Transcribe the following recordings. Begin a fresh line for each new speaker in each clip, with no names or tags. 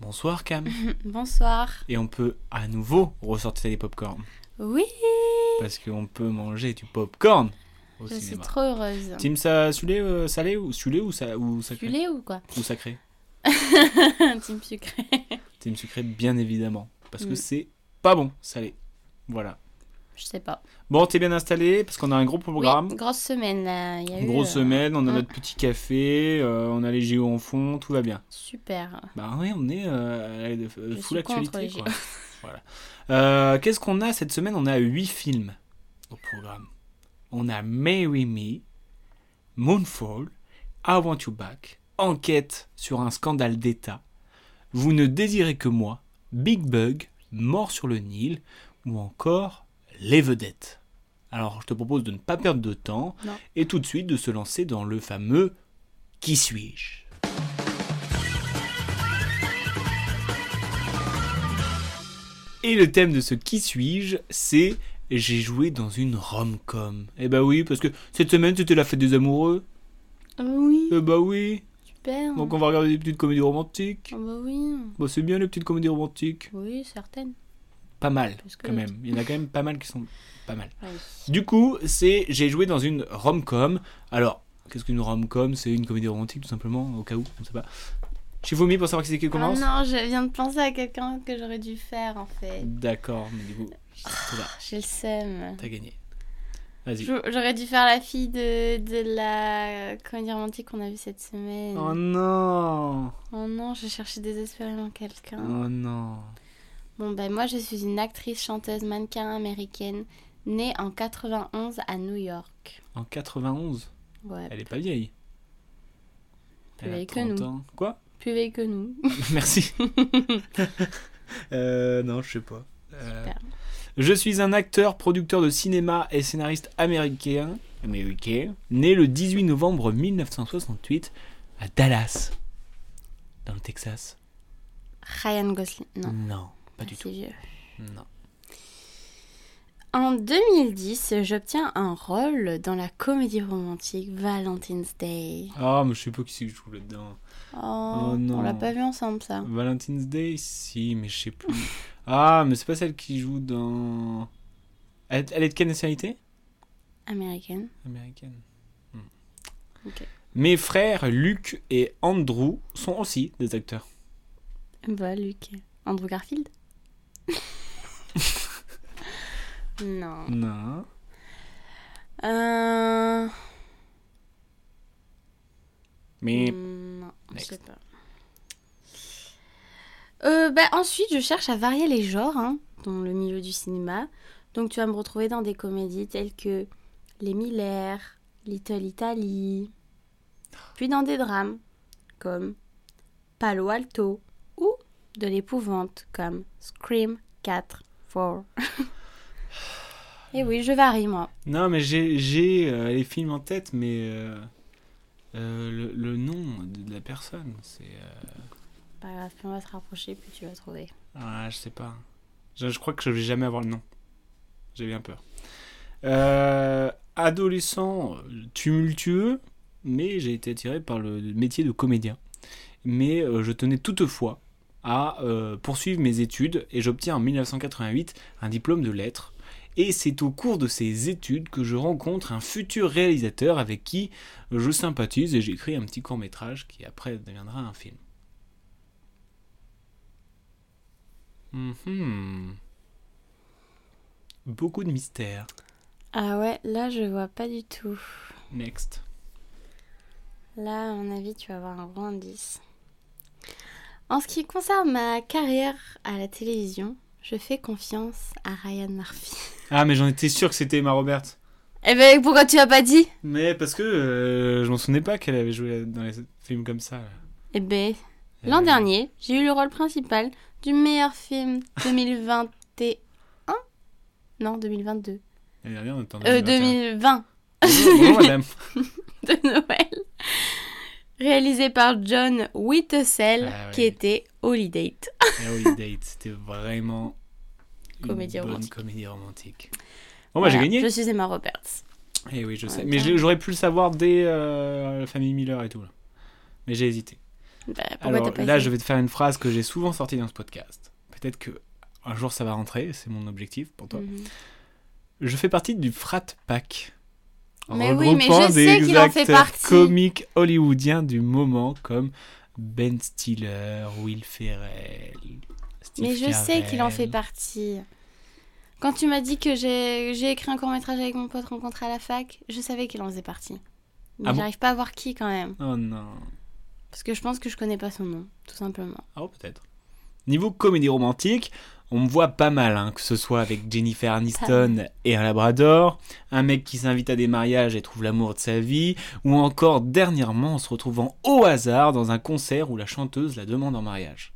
Bonsoir Cam.
Bonsoir.
et on peut à nouveau ressortir les popcorn
Oui,
parce qu'on peut manger du popcorn au
je suis
cinéma.
trop heureuse.
Team ça salé, euh, salé ou salé ou, sa- ou sacré
Culé ou quoi
ou sacré.
Team sucré.
Team sucré bien évidemment parce que
Mm.
c'est pas bon salé. Voilà.
Je sais pas.
Bon, t'es bien installé parce qu'on a un gros
Oui,
programme.
grosse semaine là. Il y a
Une
eu,
grosse
euh,
semaine, on a
mm.
notre petit café, euh, on a les JO en fond, tout va bien.
Super.
Bah ouais, on est euh, à la- de- euh,
Je
full
suis contre
actualité.
les
quoi. voilà. Euh, Qu'est-ce qu'on a cette semaine On a huit films au programme. On a Marry Me, Moonfall, I Want You Back, Enquête sur un scandale d'État, Vous ne désirez que moi, Big Bug, Mort sur le Nil, ou encore Les Vedettes. Alors je te propose de ne pas perdre de temps
Non.
et tout de suite de se lancer dans le fameux Qui suis-je Et le thème de ce qui suis-je, c'est j'ai joué dans une rom-com. Eh bah oui, parce que cette semaine c'était la fête des amoureux.
Ah bah oui,
Eh bah oui.
super.
Donc on va regarder des petites comédies romantiques.
Ah bah oui.
Bah c'est bien les petites comédies romantiques.
Oui, certaines.
Pas mal,
Plus que
quand
d'autres.
même. Il y en a quand même pas mal qui sont pas mal.
Oui.
Du coup, c'est j'ai joué dans une rom-com. Alors, qu'est-ce qu'une rom-com C'est une comédie romantique tout simplement, au cas où, on sait pas. Shifumi pour savoir qui c'est qui
Ah
commence.
non, je viens de penser à quelqu'un que j'aurais dû faire en fait.
D'accord, mais du coup, c'est là,
J'ai le seum.
t'as gagné. Vas-y.
J'au- J'aurais dû faire la fille de, de la comédie romantique qu'on a vue cette semaine.
Oh non
Oh non, je cherchais désespérément quelqu'un.
Oh non
Bon, ben moi je suis une actrice, chanteuse, mannequin américaine, née en 91 à New York.
En 91
Ouais,
Elle est pas vieille.
Plus vieille Ah, que nous.
ans. Quoi
plus vieille que nous.
Merci. euh, non, je sais pas. Euh,
Super.
je suis un acteur, producteur de cinéma et scénariste américain, américain né le 18 novembre 1968 à Dallas, dans le Texas.
Ryan Gosling, non,
pas du
c'est
tout.
vieux.
Non.
En 2010, j'obtiens un rôle dans la comédie romantique Valentine's Day.
Ah, mais je sais pas qui c'est que je joue là-dedans.
Oh,
non.
on l'a pas vu ensemble ça.
Valentine's Day, si, mais je sais plus. ah, mais c'est pas celle qui joue dans. Elle, elle est de quelle nationalité
Américaine.
Américaine. Hmm.
Ok.
Mes frères Luc et Andrew sont aussi des acteurs.
Bah, Luc. Andrew Garfield Non.
Non.
Euh...
Mais
Mm, Non, je
Next.
sais pas. Euh, bah, ensuite, je cherche à varier les genres hein, dans le milieu du cinéma. Donc, tu vas me retrouver dans des comédies telles que Les Miller, Little Italy, puis dans des drames comme Palo Alto ou de l'épouvante comme Scream 4, 4. Et oui, je varie moi.
non, mais j'ai j'ai, euh, les films en tête, mais euh, euh, le, le nom de, de la personne, c'est euh,
Pas grave, puis on va se rapprocher, puis tu vas trouver.
ah, je sais pas. Je, je crois que je vais jamais avoir le nom. J'ai bien peur. Euh, adolescent euh, tumultueux, mais j'ai été attiré par le métier de comédien. Mais euh, je tenais toutefois à euh, poursuivre mes études et j'obtiens en 1988 un diplôme de lettres. Et c'est au cours de ces études que je rencontre un futur réalisateur avec qui je sympathise et j'écris un petit court métrage qui après deviendra un film. Mhm. Beaucoup de mystères.
Ah ouais, là, je vois pas du tout.
Next.
Là, à mon avis, tu vas avoir un gros indice. En ce qui concerne ma carrière à la télévision, je fais confiance à Ryan Murphy.
Ah mais j'en étais sûr que c'était Emma Roberts.
Eh ben, pourquoi tu as pas dit
Mais parce que euh, je m'en souvenais pas qu'elle avait joué dans les films comme ça. là.
Eh ben, L'an dernier, j'ai eu le rôle principal du meilleur film 2021 Non, 2022.
L'année dernière, on était en
Euh,
2021.
2020
Bonjour, bonjour, madame.
de Noël. Réalisé par John Whitesell,
Ah oui.
qui était Holiday.
Eh oui, Date, c'était vraiment
Comédie
une bonne
romantique.
comédie romantique. Bon, bah, j'ai gagné.
Je suis Emma Roberts.
Eh oui, je sais.
Ouais,
Mais
ça.
je l'ai- j'aurais pu le savoir dès euh, la famille Miller et tout. Là. Mais j'ai hésité.
Bah, pourquoi
Alors
t'as pas
là,
essayé
je vais te faire une phrase que j'ai souvent sortie dans ce podcast. Peut-être que un jour ça va rentrer, c'est mon objectif pour toi.
Mhm.
Je fais partie du frat pack.
Mais oui, mais je
regroupant
sais
des
qu'il en fait
acteurs
partie.
comiques hollywoodiens du moment comme Ben Stiller, Will Ferrell. Steve
Mais je sais qu'il en fait
Carell.
partie. Quand tu m'as dit que j'ai j'ai écrit un court métrage avec mon pote rencontré à la fac, je savais qu'il en faisait partie. Mais
Ah bon
j'arrive pas à voir qui quand même.
Oh non.
Parce que je pense que je connais pas son nom, tout simplement.
Ah, oh, peut-être. Niveau comédie romantique, on me voit pas mal, hein, que ce soit avec Jennifer Aniston et un Labrador, un mec qui s'invite à des mariages et trouve l'amour de sa vie, ou encore dernièrement en se retrouvant au hasard dans un concert où la chanteuse la demande en mariage.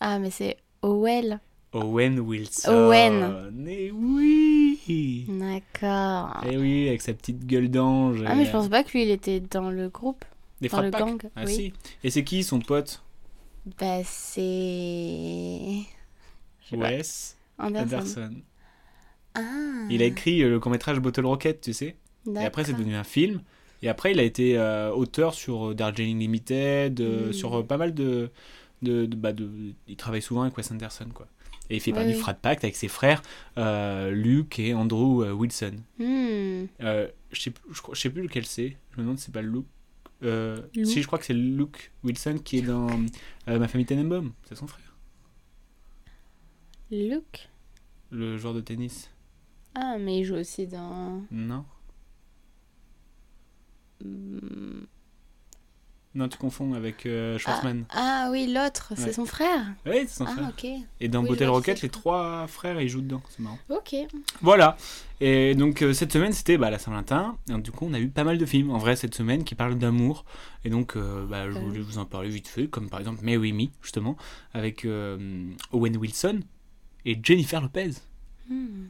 Ah, mais c'est Owell.
Owen Wilson.
Owen.
Eh oui
D'accord.
Eh oui, avec sa petite gueule d'ange.
Ah,
et,
mais je
euh,
pense pas que lui, il était dans le groupe.
des
dans le
frappes-pacs.
gang,
Ah
oui.
si. Et c'est qui son pote
Bah, c'est. Je sais pas.
Wes
Anderson.
Anderson.
Ah,
Il a écrit euh, le court-métrage Bottle Rocket, tu sais Et après, c'est
d'accord.
devenu un film. Et après, il a été euh, auteur sur euh, Darjeeling Limited, euh,
Mm.
sur euh, pas mal de. de, de- bah, de- il travaille souvent avec Wes Anderson, quoi. Et il fait
Oui,
partie du
oui.
Frat Pact avec ses frères euh, Luke et Andrew euh, Wilson.
Hmm,
Euh, je sais plus- je crois- je sais plus lequel c'est. Je me demande si c'est pas Luke. Euh,
Luke.
Si, je crois que c'est Luke Wilson qui est dans euh, Ma famille Tenenbaum. C'est son frère,
Luke.
le joueur de tennis.
Ah, mais il joue aussi dans.
Non
Hmm.
Non, tu confonds avec euh, Schwartzman.
Ah oui, l'autre,
Ouais.
c'est son frère.
Oui, c'est son
Ah,
frère.
ok.
Et dans
Oui, je
Bottle
vois qui
Rocket,
c'est,
les
je
trois frères, ils jouent dedans. C'est marrant.
Ok.
Voilà. Et donc euh, cette semaine c'était bah, la Saint-Valentin. Et donc, Du coup on a eu pas mal de films en vrai cette semaine qui parlent d'amour. Et donc euh, bah, je
Ouais.
voulais vous en parler vite fait, comme par exemple Mais oui Me justement avec euh, Owen Wilson et Jennifer Lopez.
Hmm.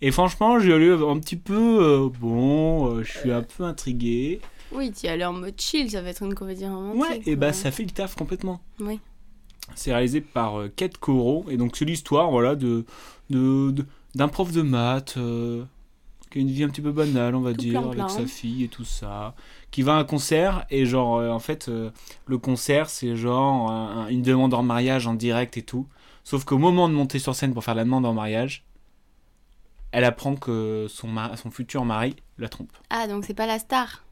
Et franchement j'ai eu un petit peu euh, bon, euh, je suis un peu intrigué.
Oui, tu allais en mode chill, ça va être une comédie romantique.
Ouais. Et bah
quoi.
ça fait le taf complètement.
Oui.
C'est réalisé par euh, Kate Coro et donc c'est l'histoire voilà de de- de- d'un prof de maths euh, qui a une vie un petit peu banale on va
Tout
dire
plan-plan.
avec sa fille et tout ça qui va à un concert et genre euh, en fait euh, le concert c'est genre un- un- une demande en mariage en direct et tout sauf qu'au moment de monter sur scène pour faire la demande en mariage elle apprend que son ma- son futur mari la trompe
Ah, donc c'est pas la star.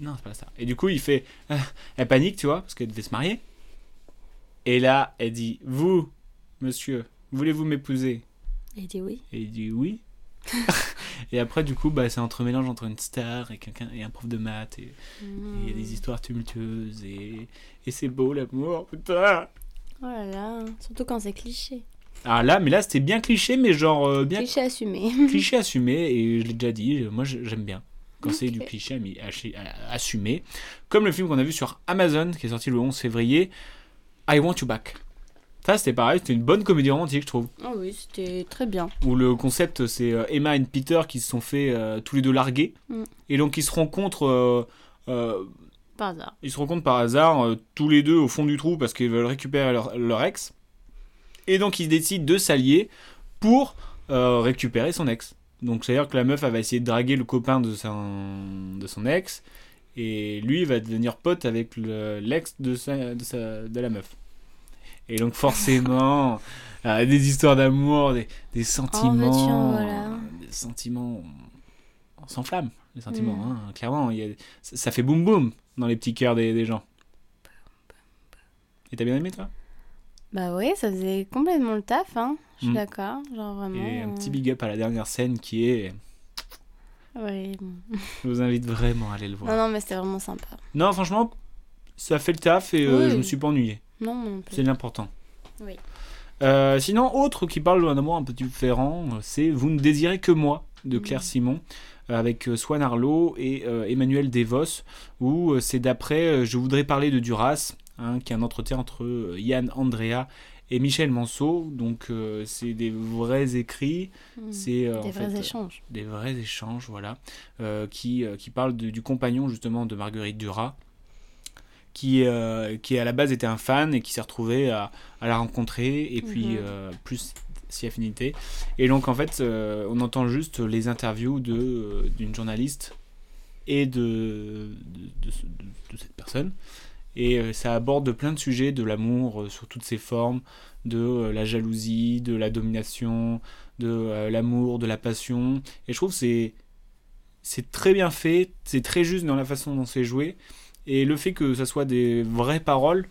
non, c'est pas ça. Et du coup, il fait. euh, elle panique, tu vois, parce qu'elle devait se marier. Et là, elle dit Vous, monsieur, voulez-vous m'épouser
Il dit oui.
Et il dit Oui. et après, du coup, bah, c'est entre mélange entre une star et, quelqu'un et un prof de maths. Et et il y a des histoires tumultueuses. Et, et c'est beau l'amour, putain
Oh là là, surtout quand c'est cliché.
Ah là, mais là, c'était bien cliché, mais genre euh, bien
Cliché assumé.
cliché assumé, et je l'ai déjà dit, euh, moi je- j'aime bien. Quand c'est
Ok.
du cliché ami- haché- a- assumé. Comme le film qu'on a vu sur Amazon, qui est sorti le 11 février, I Want You Back. Ça, c'était pareil, c'était une bonne comédie romantique, je trouve.
Oh oui, c'était très bien.
Où le concept, c'est euh, Emma et Peter qui se sont fait euh, tous les deux larguer.
Mm.
Et donc, ils se rencontrent. euh, euh,
Par hasard.
ils se rencontrent par hasard, euh, tous les deux au fond du trou parce qu'ils veulent récupérer leur, leur ex. Et donc ils décident de s'allier pour euh, récupérer son ex. Donc c'est-à-dire que la meuf elle va essayer de draguer le copain de son, de son ex. Et lui il va devenir pote avec le- l'ex de, sa- de, sa- de la meuf. Et donc forcément, euh, des histoires d'amour, des, des sentiments.
voilà.
Des sentiments. On s'enflamme, les sentiments,
Mm.
hein, clairement. il y a- ça, ça fait boum boum dans les petits cœurs des, des gens. Et t'as bien aimé, toi
Bah oui, ça faisait complètement le taf, hein. Je suis
Mm.
d'accord, genre vraiment.
Et un
euh,
petit big up à la dernière scène qui est.
euh, ouais, bon.
Je vous invite vraiment à aller le
Non,
voir.
non, mais c'était vraiment sympa.
Non, franchement, ça fait le taf et euh,
Oui.
je me suis pas ennuyé.
Non, non plus.
C'est l'important.
Oui.
Euh, sinon, autre qui parle d'un amour un peu différent, euh, c'est Vous ne désirez que moi de Claire
Mm.
Simon euh, avec euh, Swan Arlo et euh, Emmanuel Devos où euh, c'est d'après euh, Je voudrais parler de Duras, hein, qui est un entretien entre euh, Yann Andrea et Michel Manceau. Donc, euh, c'est des vrais écrits.
Hmm.
C'est euh, en
Des vrais
fait,
échanges.
des vrais échanges, voilà, euh, qui, euh, qui parlent de- du compagnon justement de Marguerite Duras, qui, euh, qui à la base était un fan et qui s'est retrouvé à, à la rencontrer, et puis
Mhm.
euh, plus si affinité. Et donc en fait, euh, on entend juste les interviews de, euh, d'une journaliste et de, de, de ce- de- de cette personne. Et euh, ça aborde plein de sujets, de l'amour euh, sous toutes ses formes, de euh, la jalousie, de la domination, de euh, l'amour, de la passion. Et je trouve que c'est c'est très bien fait, c'est très juste dans la façon dont c'est joué. Et le fait que ça soit des vraies paroles,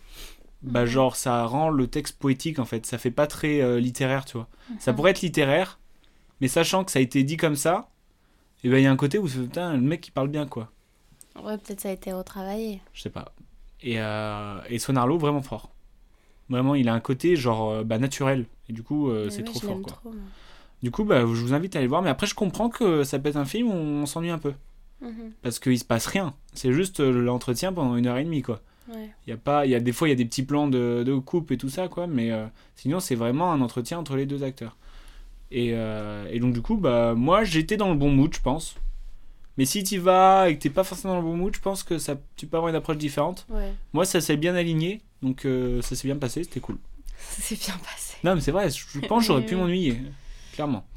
bah
Mhm.
genre ça rend le texte poétique en fait. Ça fait pas très euh, littéraire, tu vois.
Mhm.
Ça pourrait être littéraire, mais sachant que ça a été dit comme ça, et ben il y a un côté où putain le mec il parle bien quoi.
Ouais, peut-être ça a été retravaillé.
Je sais pas. Et euh, et Sonarlo vraiment fort. Vraiment, il a un côté genre euh, bah, naturel. Et du coup, euh,
Mais
c'est
oui,
trop
je
fort
l'aime
quoi.
trop, moi.
Du coup, bah, je vous invite à aller voir. Mais après, je comprends que ça peut être un film où on s'ennuie un peu.
Mhm.
Parce qu'il se passe rien. C'est juste euh, l'entretien pendant une heure et demie, quoi.
Ouais.
Il y a pas, il y a des fois, il y a des petits plans de, de coupe et tout ça, quoi. Mais euh, sinon, c'est vraiment un entretien entre les deux acteurs. Et, euh, et donc, du coup, bah, moi, j'étais dans le bon mood, je pense. Mais si tu vas et que t'es pas forcément dans le bon mood, je pense que ça, tu peux avoir une approche différente.
Ouais.
Moi, ça s'est bien aligné, donc euh, ça s'est bien passé, c'était cool.
Ça s'est bien passé.
Non, mais c'est vrai, je je pense que j'aurais
Oui,
pu
oui.
m'ennuyer, clairement.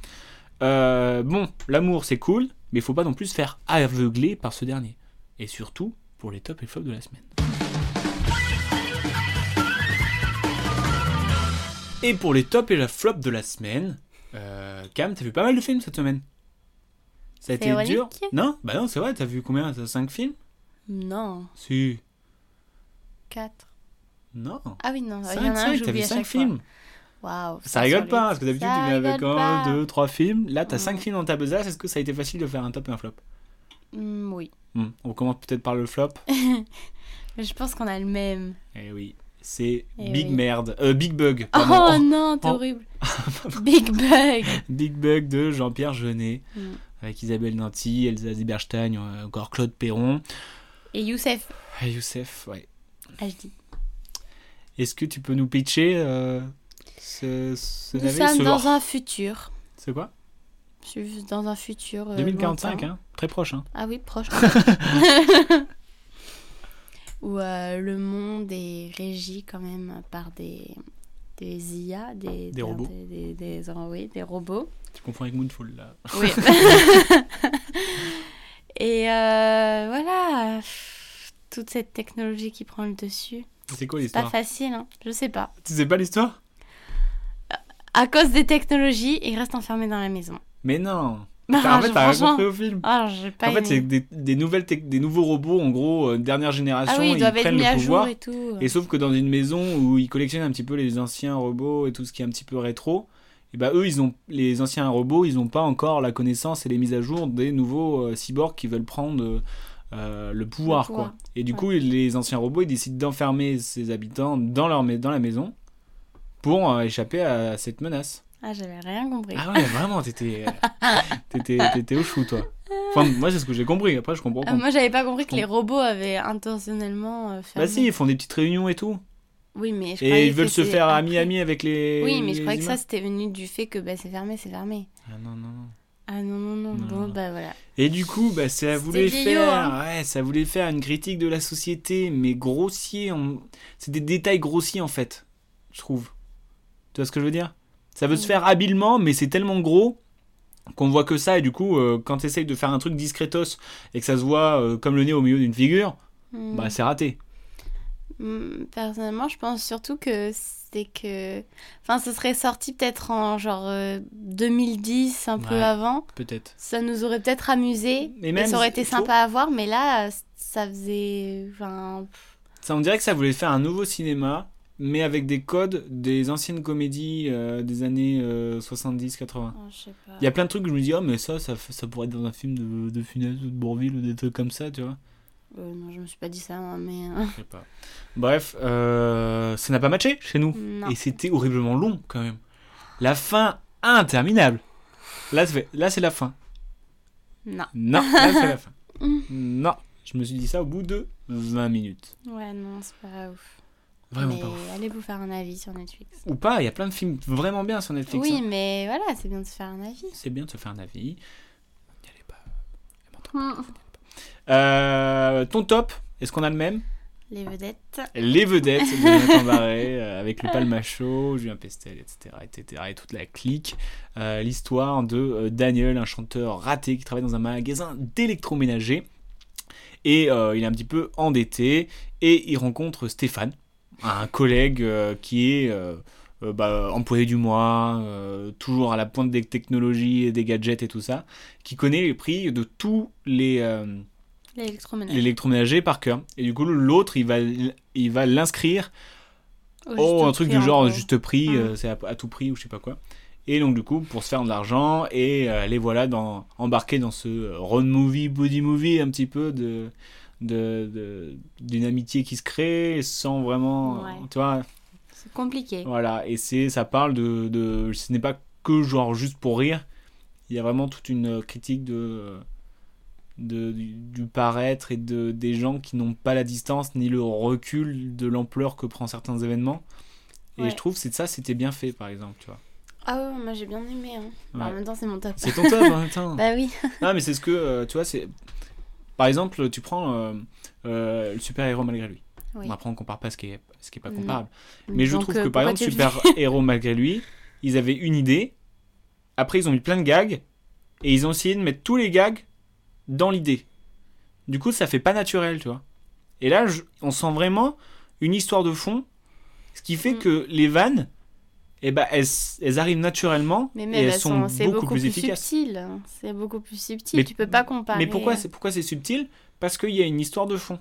Euh, bon, l'amour, c'est cool, mais il faut pas non plus se faire aveugler par ce dernier. Et surtout, pour les tops et flops de la semaine. Et pour les tops et la flop de la semaine, euh, Cam, t'as vu pas mal de films cette semaine Ça a
C'est
été dur
ironique.
Non Bah non, c'est vrai, t'as vu combien 5 films
Non,
Si.
4.
Non.
Ah oui, non, il y en
Cinq,
a un que
cinq, t'as
j'oublie
vu
à
5
chaque
films
fois. Waouh.
Ça
cinq sur
rigole
huit.
pas, parce que d'habitude
Ça
tu viens avec
rigole
un,
pas.
deux, trois films. Là, t'as
Mm.
cinq films dans ta besace. Est-ce que ça a été facile de faire un top et un flop
Hmm, oui.
Hmm, On commence peut-être par le flop.
Mais je pense qu'on a le même.
Eh oui, c'est
Eh
Big
oui.
Merde. Euh, Big Bug. pardon.
oh, non, t'es
Oh.
horrible. Big Bug.
Big Bug de Jean-Pierre Jeunet.
Mm.
Avec Isabelle Nanty, Elsa Zieberstein, euh, encore Claude Perron.
Et Youssef,
Ah, Youssef, ouais.
HD.
Est-ce que tu peux nous pitcher euh, ce, ce
Nous
navet,
sommes
ce
dans
genre
un futur.
C'est quoi
Je suis juste dans un futur. euh,
2045,
lointain.
hein Très proche, hein
Ah oui, proche. Où euh, le monde est régi quand même par des, des IA, des,
Des robots.
Des, des, des- oh oui, des robots.
Tu confonds avec Moonfall, là.
Oui. Et euh, voilà, pff, toute cette technologie qui prend le dessus.
C'est quoi
Pas
l'histoire
facile, hein je sais pas.
Tu sais pas l'histoire
À cause des technologies, ils restent enfermés dans la maison.
Mais non
Bah,
T'as- En fait,
je-
t'as rien
franchement,
compris au film
Ah, j'ai pas
En fait,
aimé.
c'est des, des nouvelles tec- des nouveaux robots, en gros, euh, dernière génération,
Ah oui, ils
ils,
doivent être
prennent
mis
le
à jour
pouvoir.
et tout.
Et sauf que dans une maison où ils collectionnent un petit peu les anciens robots et tout ce qui est un petit peu rétro, et bah eux, ils ont les anciens robots, ils n'ont pas encore la connaissance et les mises à jour des nouveaux euh, cyborgs qui veulent prendre euh, euh, le pouvoir,
pouvoir,
quoi. Et du coup, les anciens robots, ils décident d'enfermer ces habitants dans leur mais dans la maison pour euh, échapper à cette menace.
Ah, j'avais rien compris.
Ah ouais, vraiment, t'étais, euh, t'étais, t'étais au chou, toi. Enfin, moi, c'est ce que j'ai compris. Après, je comprends
Ah,
pas.
moi, j'avais pas compris
je
que les robots avaient intentionnellement euh,
Bah
fermé.
si, ils font des petites réunions et tout.
Oui, mais je
Et
croyais
ils veulent
que
se
c'est
faire
après.
ami-ami avec les
Oui, mais je
les
croyais que
humains.
ça, c'était venu du fait que bah, c'est fermé, c'est fermé.
Ah non, non, non.
Ah non, non, non.
Non,
bon,
non.
bah voilà.
Et du coup, bah, ça
C'était
voulait
vieillot, hein.
faire... Ouais, ça voulait faire une critique de la société, mais grossier. on- C'est des détails grossiers, en fait, je trouve. Tu vois ce que je veux dire Ça
Mm.
veut se faire habilement, mais c'est tellement gros qu'on voit que ça. Et du coup, euh, quand t'essayes de faire un truc discretos et que ça se voit euh, comme le nez au milieu d'une figure,
Hmm.
bah c'est raté.
Hmm, Personnellement, je pense surtout que c'est que. Enfin, ce serait sorti peut-être en genre euh, 2010, un peu
Ouais.
avant.
Peut-être.
Ça nous aurait peut-être amusé.
Mais
et
même,
ça aurait été
faut-
sympa à voir, mais là, ça faisait. Enfin,
Ça, on dirait que ça voulait faire un nouveau cinéma, mais avec des codes des anciennes comédies euh, des années 70-80.
oh, je sais pas.
Il y a plein de trucs que je me dis, oh, mais ça, ça, f- ça pourrait être dans un film de, de Funès ou de Bourville ou des trucs comme ça, tu vois.
Euh, non, je me suis pas dit ça, moi, mais. euh,
Je sais pas. Bref, euh, ça n'a pas matché chez nous.
Non.
Et c'était horriblement long quand même. La fin interminable. Là, ça fait- là c'est la fin.
Non.
Non, là, c'est la fin. Non. Je me suis dit ça au bout de 20 minutes.
Ouais, non, c'est pas ouf.
Vraiment
mais
pas ouf.
allez vous faire un avis sur Netflix.
Ou pas, il y a plein de films vraiment bien sur Netflix.
oui,
hein.
mais voilà, c'est bien de se faire un avis.
C'est bien de se faire un avis. N'y allez pas. Elle m'entend.
Hmm.
Euh, ton top, est-ce qu'on a le même
Les vedettes.
Les vedettes de Jonathan Barré, euh, avec le Palmachot, Julien Pestel, etc., etc., et toute la clique. Euh, L'histoire de euh, Daniel, un chanteur raté qui travaille dans un magasin d'électroménager. Et euh, il est un petit peu endetté, et il rencontre Stéphane, un collègue euh, qui est euh, euh, bah, employé du mois, euh, toujours à la pointe des technologies et des gadgets et tout ça, qui connaît les prix de tous les... euh,
L'électroménager.
l'électroménager par cœur. Et du coup, l'autre, il va, il va l'inscrire
Au
au
juste
Oh, un truc
prix,
du
en
genre
gros.
juste prix,
Mhm.
euh, c'est à, à tout prix ou je sais pas quoi. Et donc, du coup, pour se faire de l'argent, et euh, les voilà dans, embarqués dans ce euh, road movie, body movie, un petit peu de de- de- d'une amitié qui se crée sans vraiment
Ouais.
tu vois
C'est compliqué.
voilà et c'est ça parle de, de- ce n'est pas que genre juste pour rire il y a vraiment toute une euh, critique de de, du, du paraître et de, des gens qui n'ont pas la distance ni le recul de l'ampleur que prend certains événements. Et
Ouais.
je trouve que c'est ça, c'était bien fait, par exemple, tu vois.
Ah ouais, moi j'ai bien aimé. hein. Bah, en
Ouais.
même temps, c'est mon top.
C'est ton top, hein, putain.
Bah oui.
Non, mais c'est ce que, euh, tu vois, c'est... Par exemple, tu prends euh, euh, le super-héros malgré lui.
Oui. Mm.
On apprend qu'on compare pas ce qui est, ce qui est pas
Non.
comparable. Mais je
Donc,
trouve
euh,
que par
pourquoi
exemple,
tu le
Super Héros malgré lui, ils avaient une idée. Après, ils ont mis plein de gags. Et ils ont essayé de mettre tous les gags dans l'idée. Du coup, ça fait pas naturel, tu vois. Et là, je- on sent vraiment une histoire de fond. Ce qui fait
Mm.
que les vannes, eh ben, elles, s- elles arrivent naturellement.
Mais
et
même,
elles
elles
sont
sont- c'est
beaucoup, plus, efficaces.
subtil. hein. C'est beaucoup plus subtil.
Mais-
tu peux pas comparer.
Mais pourquoi
euh,
c'est pourquoi c'est subtil Parce qu'il y a une histoire de fond.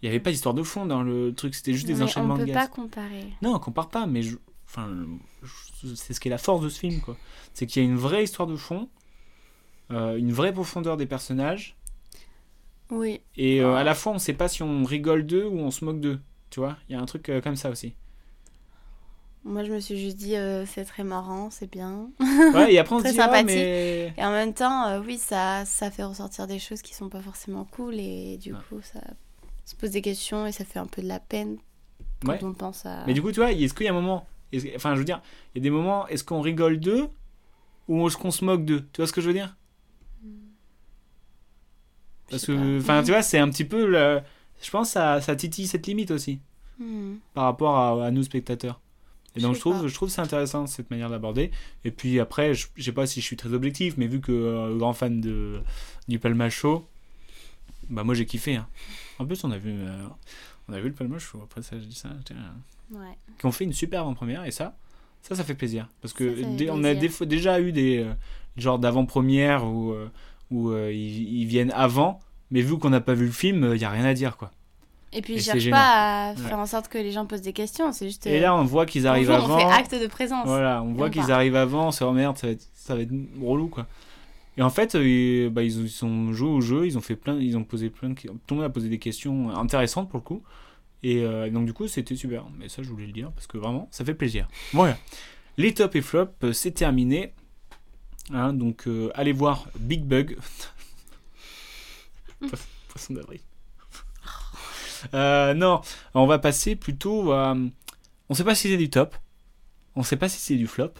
Il n'y avait pas d'histoire de fond dans le truc, c'était juste des
mais
enchaînements
On
de
peut
gags.
pas comparer.
Non, on compare pas, mais je... enfin, je- c'est ce qui est la force de ce film, quoi. C'est qu'il y a une vraie histoire de fond, euh, une vraie profondeur des personnages,
Oui.
et
Ah.
euh, à la fois on sait pas si on rigole d'eux ou on se moque d'eux. Tu vois, il y a un truc euh, comme ça aussi.
Moi, je me suis juste dit, euh, c'est très marrant, c'est bien.
Ouais, et après on se
Très
dit, ah,
sympathique.
mais...
Et en même temps, euh, oui, ça, ça fait ressortir des choses qui sont pas forcément cool. Et du
Ouais.
coup, ça se pose des questions et ça fait un peu de la peine quand
Ouais.
on pense à.
mais du coup, tu vois, est-ce qu'il y a un moment, est-ce que- enfin, je veux dire, il y a des moments, est-ce qu'on rigole d'eux ou est-ce qu'on se moque d'eux Tu vois ce que je veux dire
Je
Parce
sais
que,
pas.
enfin, tu vois, c'est un petit peu, le- je pense, ça, ça titille cette limite aussi.
Hmm.
par rapport à, à nous spectateurs. Et
Je
donc
sais
je trouve,
pas.
je trouve c'est intéressant cette manière d'aborder. Et puis après, je, je sais pas si je suis très objectif, mais vu que euh, grand fan de du Palma Show, bah moi j'ai kiffé. hein. En plus on a vu, euh, on a vu le Palma Show. Après ça, je dis ça, tiens.
Ouais.
qui ont fait une superbe en première et ça, ça ça fait plaisir parce que
Ça, ça fait
dé- on a
plaisir.
des fois- déjà eu des euh, genres d'avant-première où euh, où euh, ils, ils viennent avant, mais vu qu'on n'a pas vu le film, il y a rien à dire quoi.
Et puis,
Et
je
c'est
cherche
gênant.
pas à
Ouais.
faire en sorte que les gens posent des questions. C'est juste.
Et
euh,
là on voit qu'ils arrivent avant.
bonjour, On fait acte de présence.
Voilà, on voit
on
qu'ils
part.
arrivent avant, on se dit, oh merde, ça va être, ça va être relou quoi. Et en fait, euh, et- bah, ils, ont- ils ont joué au jeu, ils ont fait plein, ils ont posé plein de, que- tout le monde a posé des questions intéressantes pour le coup. Et euh, donc du coup, c'était super. Mais ça, je voulais le dire parce que vraiment, ça fait plaisir. Voilà. Les top et flop, euh, c'est terminé. Hein, donc euh, allez voir Big Bug. Poisson- Poisson d'avril. Euh, non, on va passer plutôt à. On sait pas si c'est du top. On sait pas si c'est du flop.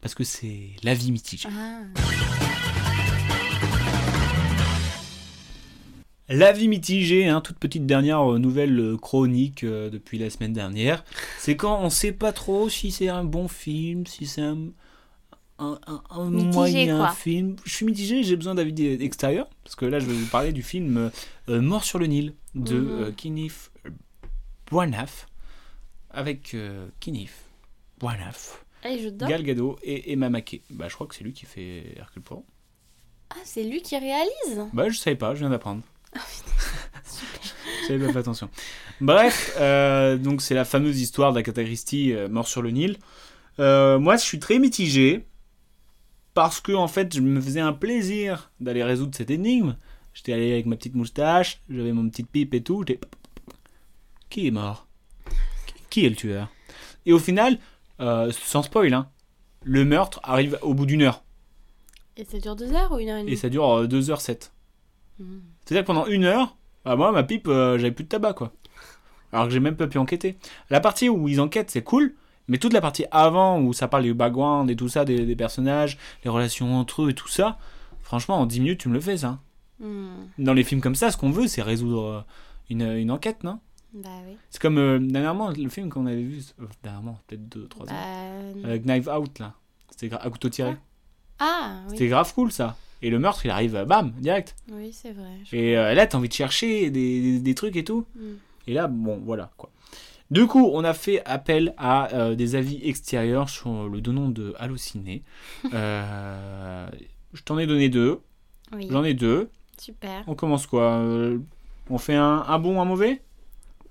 Parce que c'est la vie mitigée.
Ah.
La vie mitigée, hein, toute petite dernière euh, nouvelle euh, chronique euh, depuis la semaine dernière. C'est quand on sait pas trop si c'est un bon film, si c'est un, un- un- un
Mitigé,
moyen
quoi.
film. Je suis mitigé, j'ai besoin d'avis extérieur. Parce que là, je vais vous parler du film euh, euh, Mort sur le Nil de
Mhm.
euh, Kenneth Branagh. Avec euh, Kenneth Branagh.
Ah, Et je dors.
Gal Gadot et Emma Mackey. Bah, je crois que c'est lui qui fait Hercule Poirot.
Ah, c'est lui qui réalise.
Bah, je savais pas, je viens d'apprendre. Je savais pas, fait attention. Bref, euh, donc c'est la fameuse histoire d'Agatha Christie, euh, mort sur le Nil. Euh, moi, je suis très mitigé parce que en fait, je me faisais un plaisir d'aller résoudre cette énigme. J'étais allé avec ma petite moustache, j'avais mon petite pipe et tout. J'étais qui est mort Qui est le tueur Et au final, euh, sans spoil, hein, le meurtre arrive au bout d'une heure.
Et ça dure deux heures ou une heure et
Et
demie Hmm.
ça dure euh, 2h07.
Mm.
C'est-à-dire que pendant une heure, bah, moi, ma pipe, euh, j'avais plus de tabac, quoi. alors que j'ai même pas pu enquêter. La partie où ils enquêtent, c'est cool, mais toute la partie avant où ça parle du background et tout ça, des, des personnages, les relations entre eux et tout ça, franchement, en 10 minutes, tu me le fais ça.
Hmm,
Dans les films comme ça, ce qu'on veut, c'est résoudre euh, une, une enquête, non
bah oui.
C'est comme euh, dernièrement, le film qu'on avait vu, euh, dernièrement, peut-être 2-3 ans,
Bah,
avec Knife Out, là. C'était gra- à couteau tiré.
Ah
C'était
oui,
grave cool, ça. Et le meurtre, il arrive, euh, bam, direct.
oui c'est vrai. je-
Et euh, là, t'as envie de chercher des, des- des trucs et tout.
Mm.
Et là, bon, voilà quoi. Du coup, on a fait appel à euh, des avis extérieurs sur le nom de Allociné. Euh, je t'en ai donné deux.
Oui,
J'en ai deux.
super.
On commence quoi Euh, On fait un, un bon, un mauvais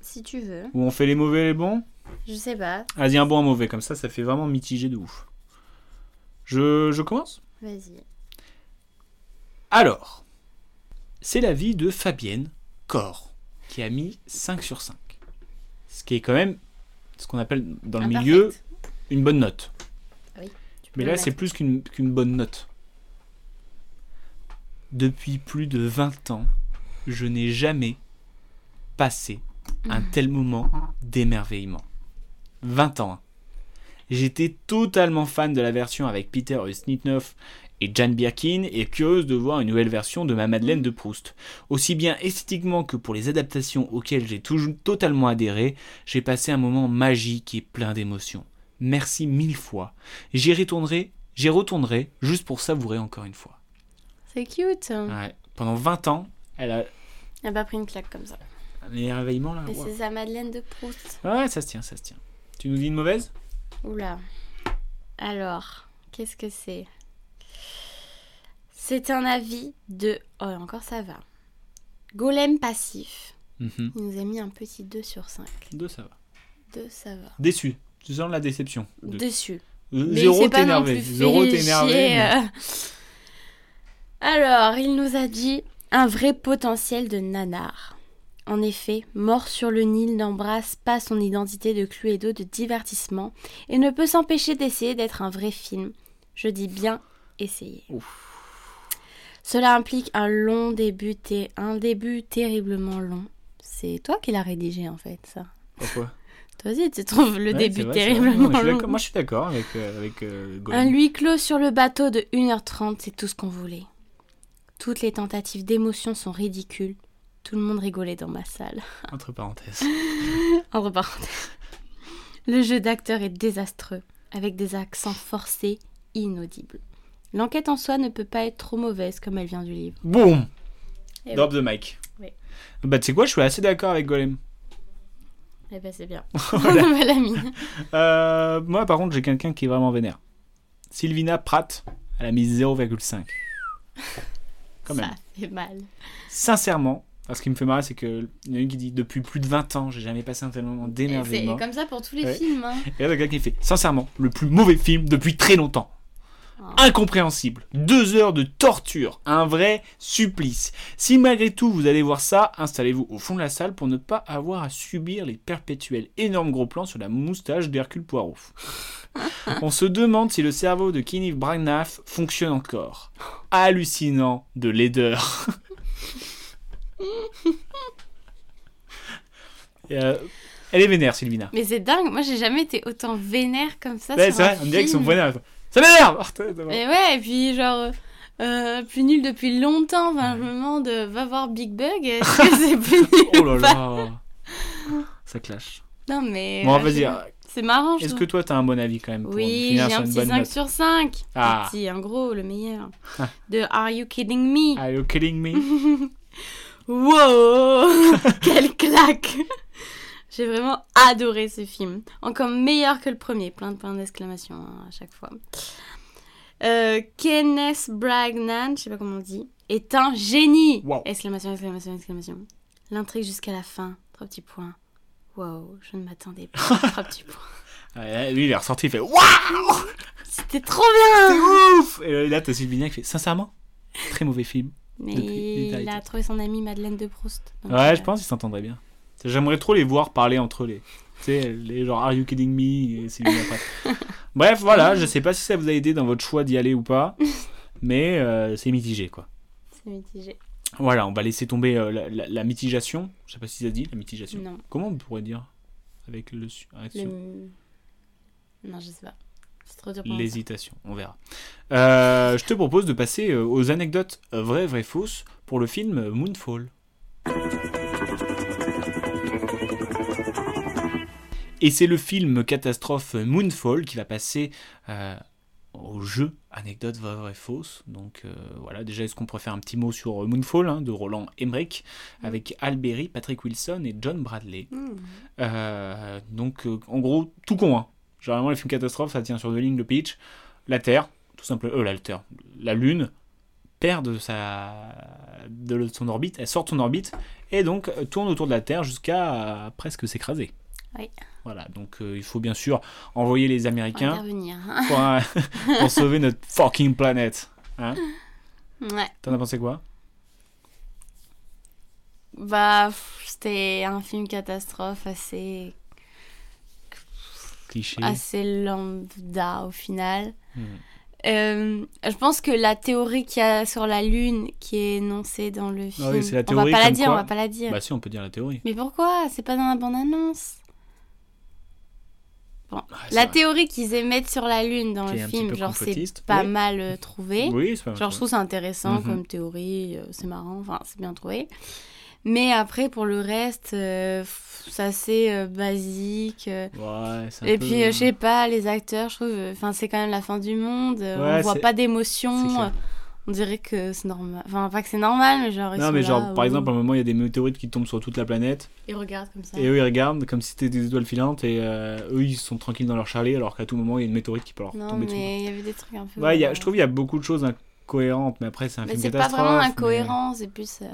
Si tu veux.
Ou on fait les mauvais, les bons
Je sais pas.
Vas-y, un bon, un mauvais. Comme ça, ça fait vraiment mitigé de ouf. Je, je commence
Vas-y.
Alors, c'est l'avis de Fabienne Cor, qui a mis 5 sur 5. Ce qui est quand même ce qu'on appelle dans le
Imperfect.
milieu une bonne note.
Tu peux
Mais
le
là, c'est
mettre.
plus qu'une qu'une bonne note. Depuis plus de 20 ans, je n'ai jamais passé un
Mm.
tel moment d'émerveillement. 20 ans. hein. J'étais totalement fan de la version avec Peter Ustinov et Jan Birkin et curieuse de voir une nouvelle version de ma Madeleine
Mm.
de Proust. Aussi bien esthétiquement que pour les adaptations auxquelles j'ai toujours totalement adhéré, j'ai passé un moment magique et plein d'émotions. Merci mille fois J'y retournerai, j'y retournerai juste pour savourer encore une fois.
C'est cute.
Ouais. Pendant 20 ans, elle a
Elle a pas pris une claque comme ça.
un émerveillement là.
Mais
Ah, wow.
c'est sa Madeleine de Proust.
Ouais, ça se tient, ça se tient. Tu nous dis une mauvaise
Oula. Alors, qu'est-ce que c'est C'est un avis de... Oh, encore ça va. Golem passif.
Mhm.
Il nous a mis un petit 2 sur 5.
Deux, ça va.
2, ça va.
Déçu. Tu sens la déception. Deux.
Dessus.
Euh,
Mais
Zéro,
c'est
t'es
pas non
énervé.
plus fait
Zéro, t'es énervé.
chier,
mais-
euh. Alors, il nous a dit un vrai potentiel de nanar. En effet, Mort sur le Nil n'embrasse pas son identité de Cluedo de divertissement et ne peut s'empêcher d'essayer d'être un vrai film. Je dis bien essayer. Cela implique un long début, et un début terriblement long. C'est toi qui l'as rédigé en fait, ça.
Pourquoi
Toi aussi, tu trouves le
Ouais, c'est
début
vrai, c'est vrai.
terriblement
Moi, je suis
long.
d'accord- Moi, je suis d'accord avec, euh, avec euh,
Un
Golem.
lui clos sur le bateau de 1h30, c'est tout ce qu'on voulait. Toutes les tentatives d'émotion sont ridicules. Tout le monde rigolait dans ma salle.
Entre parenthèses.
Entre parenthèses. Le jeu d'acteur est désastreux, avec des accents forcés, inaudibles. L'enquête en soi ne peut pas être trop mauvaise comme elle vient du livre.
Boum
Eh
Drop the mic.
Oui.
Bah, tu sais quoi, je suis assez d'accord avec Golem.
Eh ben c'est bien.
Voilà.
On va la mine.
Euh, moi, par contre, j'ai quelqu'un qui est vraiment vénère. Sylvina Pratt, elle a mis 0,5. Quand même.
Ça fait mal.
Sincèrement, alors, ce qui me fait marrer, c'est qu'il y en a une qui dit Depuis plus de 20 ans, j'ai jamais passé un tel moment
Et C'est
d'émerveillement.
comme ça pour tous les
Ouais.
films. hein.
Et là, il y a quelqu'un qui fait Sincèrement, le plus mauvais film depuis très longtemps.
Ah.
Incompréhensible. Deux heures de torture. Un vrai supplice. Si malgré tout vous allez voir ça, installez-vous au fond de la salle pour ne pas avoir à subir les perpétuels énormes gros plans sur la moustache d'Hercule Poirot. On se demande si le cerveau de Kenneth Branagh fonctionne encore. Hallucinant de laideur. Et, euh, elle est vénère, Sylvina.
Mais c'est dingue, moi j'ai jamais été autant vénère comme ça.
Ouais,
sur
c'est
Ah, un
vrai, on dirait qu'ils sont
film.
vénères. Ça m'énerve
Mais ouais, et puis genre, euh, euh, plus nul depuis longtemps. Enfin, je me demande, euh, va voir Big Bug, est-ce que c'est plus nul
Oh là
ou pas
là Ça clash.
Non mais...
Bon,
euh,
vas-y. hein.
je- C'est marrant, je
Est-ce que
trouve.
toi, t'as un bon avis quand même pour
Oui, j'ai
finir
un
sur une
petit
bonne
5
note
sur 5.
Ah.
Un petit, en gros, le meilleur. De Are You Kidding Me
Are you kidding me
Wow Quelle claque J'ai vraiment adoré ce film. Encore meilleur que le premier. Plein de points d'exclamation hein, à chaque fois. Euh, Kenneth Bragnan, je sais pas comment on dit, est un génie
Wow.
Exclamation, exclamation, exclamation. L'intrigue jusqu'à la fin. Trois petits points. Wow, je ne m'attendais pas. Trois petits points.
Ah, Lui, il est ressorti, il fait Waouh
C'était trop bien
Ouf Et là, t'as Sylvina qui fait Sincèrement, très mauvais film.
Mais
Depuis
il a
United.
trouvé son amie Madeleine de Proust. Donc,
Ouais,
euh,
je pense qu'ils s'entendraient bien. J'aimerais trop les voir parler entre les. Tu sais, les genre Are you kidding me et Sylvina Plath. Bref, voilà, je sais pas si ça vous a aidé dans votre choix d'y aller ou pas, mais euh, c'est mitigé quoi.
C'est mitigé.
Voilà, on va laisser tomber euh, la, la- la mitigation. Je sais pas si ça dit, la mitigation.
Non.
Comment on pourrait dire Avec le su- avec
Le...
ce-
Non, je sais pas. C'est trop dur pour moi.
L'hésitation, on verra. Euh, je te propose de passer euh, aux anecdotes euh, vraies, vraies, fausses pour le film euh, Moonfall. Et c'est le film catastrophe Moonfall qui va passer euh, au jeu anecdote vraie, vraie, fausse. Donc euh, voilà, déjà est-ce qu'on pourrait faire un petit mot sur euh, Moonfall hein, de Roland Emmerich avec Al Berry, Patrick Wilson et John Bradley.
Mmh.
Euh, donc, euh, en gros, tout con. hein. Généralement, les films catastrophes, ça tient sur deux lignes, le pitch. La Terre, tout simplement, euh, la Terre, la Lune perd de, sa, de son orbite, elle sort de son orbite, et donc euh, tourne autour de la Terre jusqu'à euh, presque s'écraser.
Oui.
Voilà, donc euh, il faut bien sûr envoyer les Américains
Intervenir.
pour, euh, pour sauver notre fucking planète. Hein
ouais.
T'en as pensé quoi
Bah, pff, c'était un film catastrophe assez,
Cliché.
Ah, assez lambda au final.
Hmm.
Euh, je pense que la théorie qu'il y a sur la Lune qui est énoncée dans le film,
Ah c'est la
on
théorie
va pas la
comme
dire,
quoi-
on va pas la dire.
Bah si, on peut dire la théorie.
Mais pourquoi C'est pas dans la bande-annonce.
Ouais, c'est
La
vrai.
théorie qu'ils émettent sur la Lune dans
Ah, Qui est un
le
petit peu
film, genre c'est
complotiste,
pas
oui.
mal euh, trouvé.
Oui, c'est pas mal.
Genre, je trouve ça intéressant
Ah, Mhm.
comme théorie, euh, c'est marrant, enfin, c'est bien trouvé. Mais après, pour le reste, euh, pff, c'est assez euh, basique. euh.
Ouais, c'est un
Et
peu-
puis, euh, je sais pas, les acteurs, je trouve, euh, enfin, c'est quand même la fin du monde, euh,
Ouais,
on voit
c'est-
pas
c'est
d'émotion.
clair.
euh, on dirait que c'est normal. Enfin, pas que c'est normal, mais genre. ils
Non,
sont
mais
là,
genre, par
euh,
exemple, à un moment, il y a des météorites qui tombent sur toute la planète,
Ils regardent comme ça.
et eux, ils regardent comme si c'était des étoiles filantes, et euh, eux, ils sont tranquilles dans leur chalet, alors qu'à tout moment, il y a une météorite qui peut leur
Non,
tomber dessus.
mais il y avait des trucs un peu.
Ouais, il y a-
euh,
je trouve qu'il y a beaucoup de choses incohérentes, mais après, c'est un
Mais
film
c'est pas
catastrophe.
vraiment
mais-
incohérent, c'est plus. euh,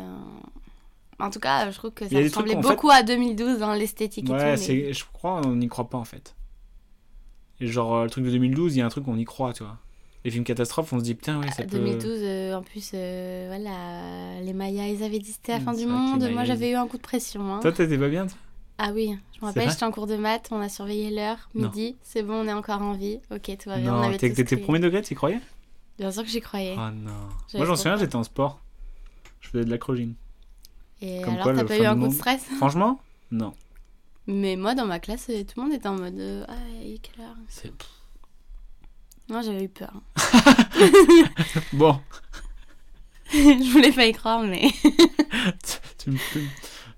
En tout cas, je trouve que
Il y
ça
a des trucs
ressemblait
qu'en fait-
beaucoup à 2012 dans l'esthétique et
Ouais,
tout. mais-
c'est- je crois on n'y croit pas, en fait. Et genre, euh, le truc de 2012, il y a un truc on y croit, tu vois. Les films catastrophes, on se dit, putain, ouais, ça peut...
2012, euh, en plus, euh, voilà, les Mayas, ils avaient dit c'était la
Mm,
fin
c'est
du
vrai que les
monde.
Mayas,
Moi,
ils-
j'avais eu un coup de pression. hein.
Toi, t'étais pas bien toi
Ah oui, je me rappelle,
vrai
j'étais en cours de maths, on a surveillé l'heure,
Non.
midi, c'est bon, on est encore en vie. Ok, tout va bien, Bah, on
Non,
avait
t'es-
tous
t'étais
crié.
premier degré, t'y croyais
Bien sûr que j'y croyais.
Ah non.
J'avais
Moi, j'en
trop
souviens,
peur.
j'étais en sport. Je faisais de l'acrogym.
Et
Comme quoi,
alors,
le
t'as pas
fin
eu
du
un coup de
monde.
stress
Franchement Non.
Mais moi, dans ma classe, euh, tout le monde était en mode euh, Ah, il est quelle heure
C'est-
Moi, j'avais eu peur.
Bon.
je voulais pas y croire, mais.
Tu me fais-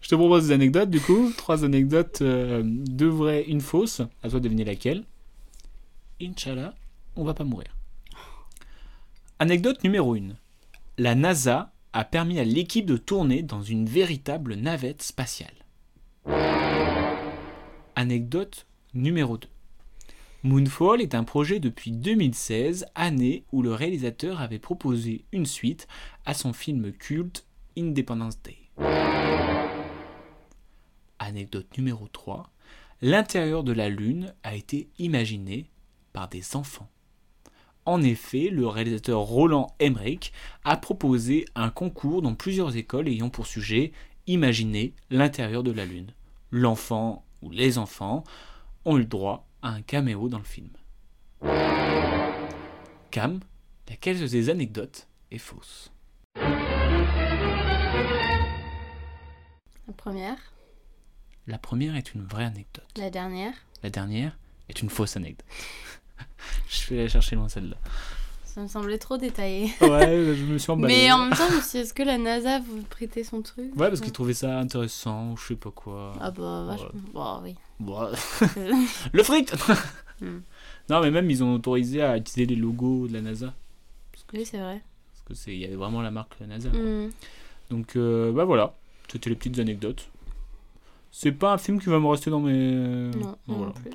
Je te propose des anecdotes, du coup. Trois anecdotes, euh, deux vraies, une fausse. À toi de deviner laquelle. Inch'Allah, on va pas mourir. Anecdote numéro 1. La NASA a permis à l'équipe de tourner dans une véritable navette spatiale. Anecdote numéro 2. Moonfall est un projet depuis 2016, année où le réalisateur avait proposé une suite à son film culte Independence Day. Anecdote numéro 3. L'intérieur de la Lune a été imaginé par des enfants. En effet, le réalisateur Roland Emmerich a proposé un concours dans plusieurs écoles ayant pour sujet Imaginer l'intérieur de la Lune. L'enfant ou les enfants ont eu droit à un caméo dans le film. Cam, laquelle de ces anecdotes est fausse
La première,
La première est une vraie anecdote.
la dernière,
La dernière est une fausse anecdote. je vais la chercher loin celle-là.
ça me semblait trop détaillé.
Ouais, je me suis
mais en même temps, je me suis dit, Est-ce que la NASA vous prêtait son truc
Ouais, parce qu'ils trouvaient ça intéressant, ou je sais pas quoi.
Ah bah vachement. Bon, oui.
Bon. Le fric
Hmm.
Non, mais même ils ont autorisé à utiliser les logos de la NASA.
oui, c'est vrai.
Parce que c'est, il y avait vraiment la marque NASA. quoi.
Mm.
Donc, euh, bah voilà. C'était les petites anecdotes. C'est pas un film qui va me rester dans mes.
Non,
Bon,
moi
voilà.
non plus.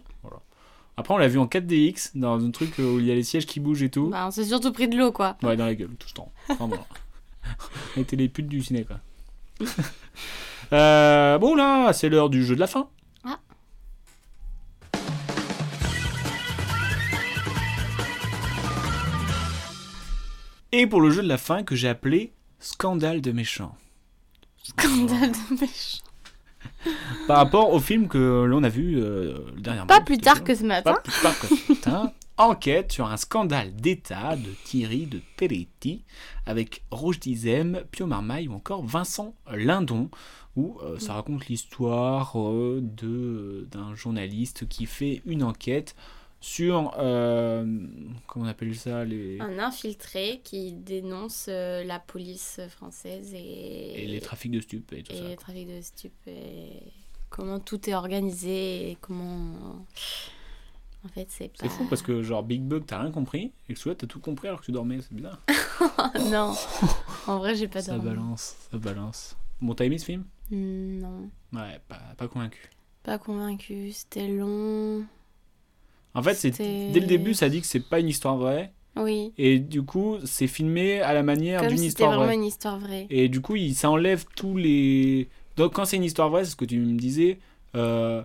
Après, on l'a vu en 4DX, dans un truc euh, où il y a les sièges qui bougent et tout.
Bah, on s'est surtout pris de l'eau, quoi.
Ouais, dans la gueule, tout le temps. Enfin, voilà. On était les putes du ciné, quoi. Euh, bon, là, c'est l'heure du jeu de la fin.
Ah.
Et pour le jeu de la fin que j'ai appelé Scandale de méchants.
Scandale de méchant.
Par rapport au film que l'on a vu euh, dernièrement.
Pas plus tard
que
que ce matin.
pas plus tard que ce matin, Enquête sur un scandale d'État de Thierry de Peretti avec Roche Dizem, Pio Marmaille ou encore Vincent Lindon, où euh,
Mm.
ça raconte l'histoire euh, de- d'un journaliste qui fait une enquête sur, euh, comment on appelle ça, les,
Un infiltré qui dénonce euh, la police française et,
et les trafics de stupes et tout
et
ça.
le trafic de stupes. et Comment tout est organisé et comment. En fait, c'est pas.
C'est fou parce que genre Big Bug t'as rien compris et que celui-là t'as tout compris alors que tu dormais, c'est bizarre.
non, en vrai, j'ai pas
ça
dormi.
balance, ça balance. Bon t'as aimé ce film
Hmm, Non,
Ouais, pas, pas convaincu.
pas convaincu. C'était long.
En fait, c'est
C'était-
dès le début ça dit que c'est pas une histoire vraie
Oui.
et du coup c'est filmé à la manière
Comme
d'une
si c'était
histoire
vraiment
vraie.
une histoire vraie.
Et du coup il, ça enlève tous les. Donc quand c'est une histoire vraie, c'est ce que tu me disais. euh,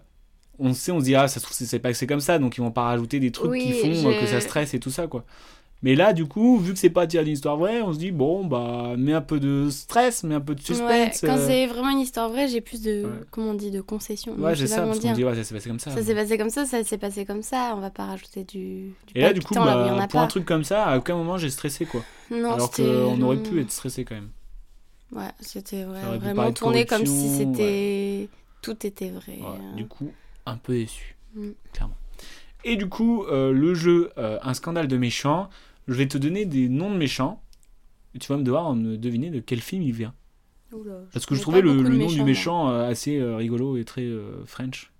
on sait, on se dit ah ça se trouve c'est- c'est pas que c'est comme ça donc ils vont pas rajouter des trucs
Oui,
qui font euh,
je-
que ça stresse et tout ça quoi. Mais là du coup vu que c'est pas tiré d'une histoire vraie, on se dit bon bah mets un peu de stress, mets un peu de
Ouais,
suspense.
quand
euh,
c'est vraiment une histoire vraie, j'ai plus de.
Ouais.
Comment on dit De concessions.
Ouais,
Je sais
c'est
pas
ça,
comment
parce qu'on
dire.
dit, oh, ouais, ça s'est passé comme ça.
Ça s'est passé comme ça, ça s'est passé comme ça, on va pas rajouter du. du
et là, du coup,
palpitant, là où il
bah,
y en a
pour un
pas.
truc comme ça, à aucun moment j'ai stressé, quoi.
Non,
Alors
c'était
qu'on aurait
long.
pu être stressé quand même.
Ouais, c'était vrai-
Ça aurait pu
vraiment
parler de
tourné comme si
corruption,
c'était. Tout était vrai.
Ouais,
hein.
Du coup, un peu déçu,
Mm.
clairement. Et du coup, euh, le jeu euh, Un scandale de méchants, je vais te donner des noms de méchants. Et tu vas me devoir me deviner de quel film il vient.
Oula,
Parce que je trouvais
connais pas
le,
beaucoup
le
de
nom du
méchants,
méchant euh, assez euh, rigolo et très euh, French.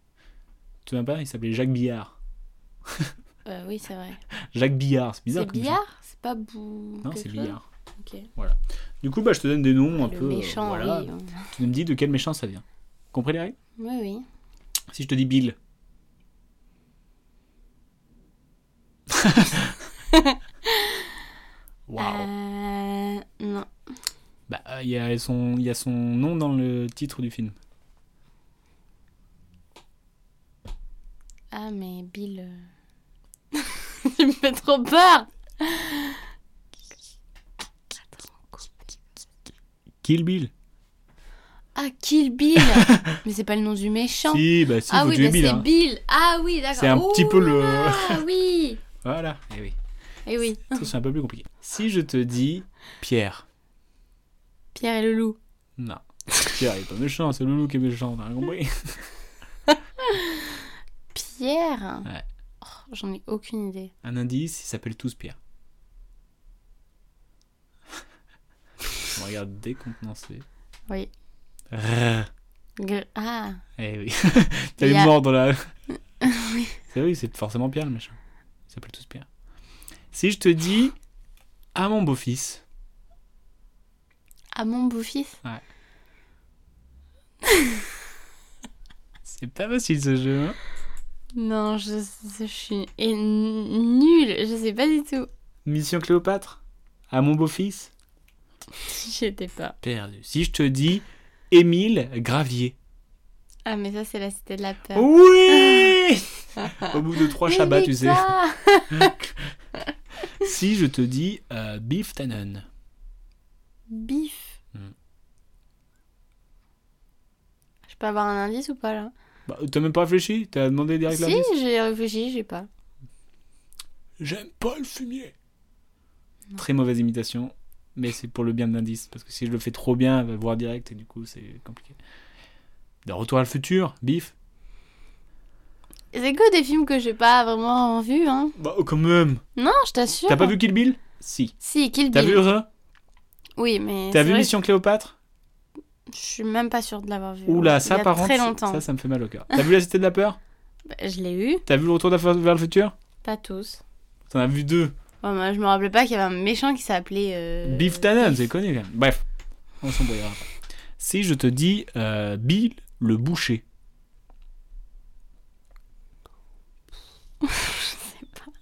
Tu te souviens pas Il s'appelait Jacques Billard.
moi. Euh, oui, c'est vrai.
Jacques Billard, c'est bizarre.
C'est
comme ça.
billard C'est pas bou.
Non,
quelque
c'est
chose
Billard.
Ok.
Du coup, bah, je te donne des noms un
Le
peu. euh,
méchant,
voilà.
oui.
Tu me dis de quel méchant ça vient. Compris les règles
Oui, oui.
Si je te dis Bill. Waouh.
Euh, non.
Bah, euh, il y, a son- il y a son nom dans le titre du film.
Ah, mais Bill. euh, Il me fait trop peur
Kill Bill.
Ah, Kill Bill Mais c'est pas le nom du méchant
Si, bah si,
Ah
faut
oui,
tuer
bah
Bill.
c'est
hein.
Bill Ah oui, d'accord
C'est un petit peu le-
Ah oui
Voilà. Eh oui.
Et oui,
Ça, c'est un peu plus compliqué. Si je te dis Pierre.
Pierre et le loup.
Non. Pierre, il est pas méchant, c'est Loulou qui est méchant, t'as rien compris.
Pierre
Ouais.
Oh, J'en ai aucune idée.
Un indice, ils s'appellent tous Pierre. On regarde décontenancé.
Oui.
Rrr.
Gr- Ah
Eh oui. T'as eu
Il y a-
mort dans la. C'est oui, c'est forcément Pierre le méchant. Ils s'appellent tous Pierre. Si je te dis à mon beau-fils,
Ah, mon beau-fils
c'est pas facile ce jeu. hein.
Non, je, je suis et nulle, je sais pas du tout.
Mission Cléopâtre, à mon beau-fils,
J'étais pas.
perdu. Si je te dis Émile Gravier.
Ah, mais ça, c'est la cité de la peur.
Oui Au bout de trois
Mais
Shabbats, Oh, tu sais.
Victor
Si je te dis euh, Biff Tannen.
Bif.
Hmm.
Je peux avoir un indice ou pas là
Bah, t'as même pas réfléchi T'as demandé direct
Si,
l'indice
j'ai réfléchi, j'ai pas.
J'aime pas le fumier. Très mauvaise imitation, mais c'est pour le bien de l'indice. Parce que si je le fais trop bien, elle va voir direct et du coup, c'est compliqué. De retour à le futur, bif.
C'est que des films que j'ai pas vraiment vu, hein.
Bah, oh, quand même.
Non, je t'assure.
T'as pas vu Kill Bill Si.
Si, Kill
T'as
Bill.
vu Heureux
Oui, mais.
T'as
c'est
vu
vrai
Mission Cléopâtre
que Je suis même pas sûre de l'avoir vu. hein.
Oula, ça
Il y a
par contre,
très
ça-
longtemps.
ça, ça me fait mal au cœur. T'as vu La Cité de la Peur
Bah, je l'ai eu,
T'as vu Le Retour d'affaires vers le futur
pas tous.
T'en as vu deux.
Bon, moi, je me rappelais pas qu'il y avait un méchant qui s'appelait. euh,
Biff Tannen, c'est connu quand même. Bref, on s'en brouillera pas. Si je te dis euh, Bill le boucher.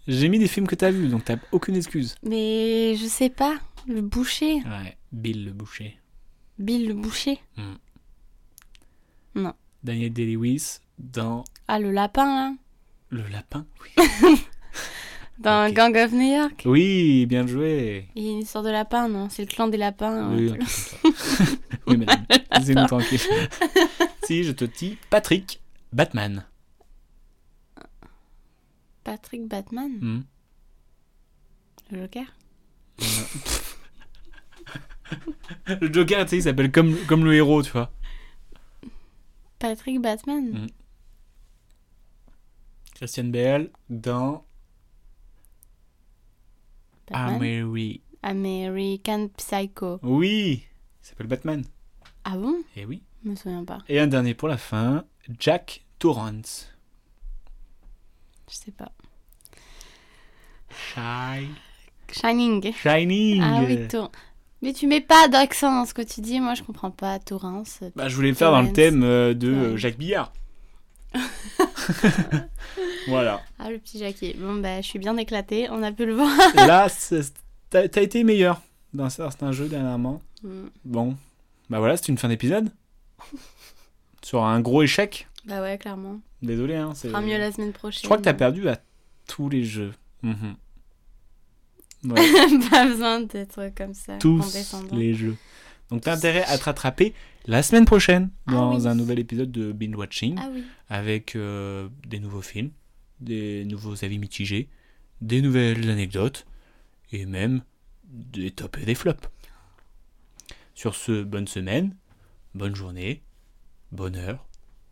J'ai mis des films que t'as vus, donc t'as aucune excuse.
Mais je sais pas. Le boucher.
Ouais, Bill le boucher.
Bill le boucher.
Daniel Day-Lewis dans
Ah, le lapin là.
Le Lapin. Oui,
Dans
Ok.
Gang of New York.
Oui, bien joué.
Il y a une histoire de lapin, non C'est le clan des lapins.
Oui,
hein.
un truc comme ça. oui madame, laissez-nous tranquille. si je te dis Patrick Batman.
Patrick Batman.
Hmm.
Le Joker
Le Joker, tu sais, il s'appelle comme, comme le héros, tu vois.
Patrick Batman
Mm. Christian Bale dans Ah,
Batman.
mais oui.
American Psycho.
Oui Il s'appelle Batman.
Ah bon
Et oui.
Je me souviens pas.
Et un dernier pour la fin, Jack Torrance.
Je sais pas.
Shy.
Shining.
Shining
Ah oui, Tor- Mais tu mets pas d'accent dans ce que tu dis, moi je comprends pas. hein, Torrance.
Bah, je voulais le faire dans le
Torrance.
thème euh, de euh,
Torrance.
Jacques Billard. voilà.
Ah le petit Jackie. Bon bah je suis bien éclatée, on a pu le voir.
Là, c'est- t'as t'as été meilleur dans certains jeux dernièrement.
Mm.
Bon. Bah voilà, c'est une fin d'épisode. Sur un gros échec.
Bah ouais, clairement.
Désolé, hein. c'est-
On fera mieux la semaine prochaine.
Je crois que t'as perdu à tous les jeux. Mhm. Ouais.
pas besoin d'être comme ça.
tous
condescendant.
les jeux. Donc t'as intérêt à te rattraper la semaine prochaine
Ah
dans
oui.
un nouvel épisode de Binge Watching
Ah oui.
avec euh, des nouveaux films, des nouveaux avis mitigés, des nouvelles anecdotes et même des tops et des flops. Sur ce, bonne semaine, bonne journée, bonne heure,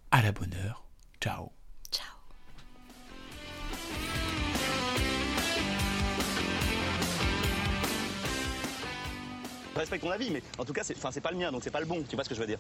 à la bonne heure, ciao.
Ciao.
Je respecte ton avis, mais en tout cas, c'est enfin, c'est pas le mien, donc c'est pas le bon. Tu vois ce que je veux dire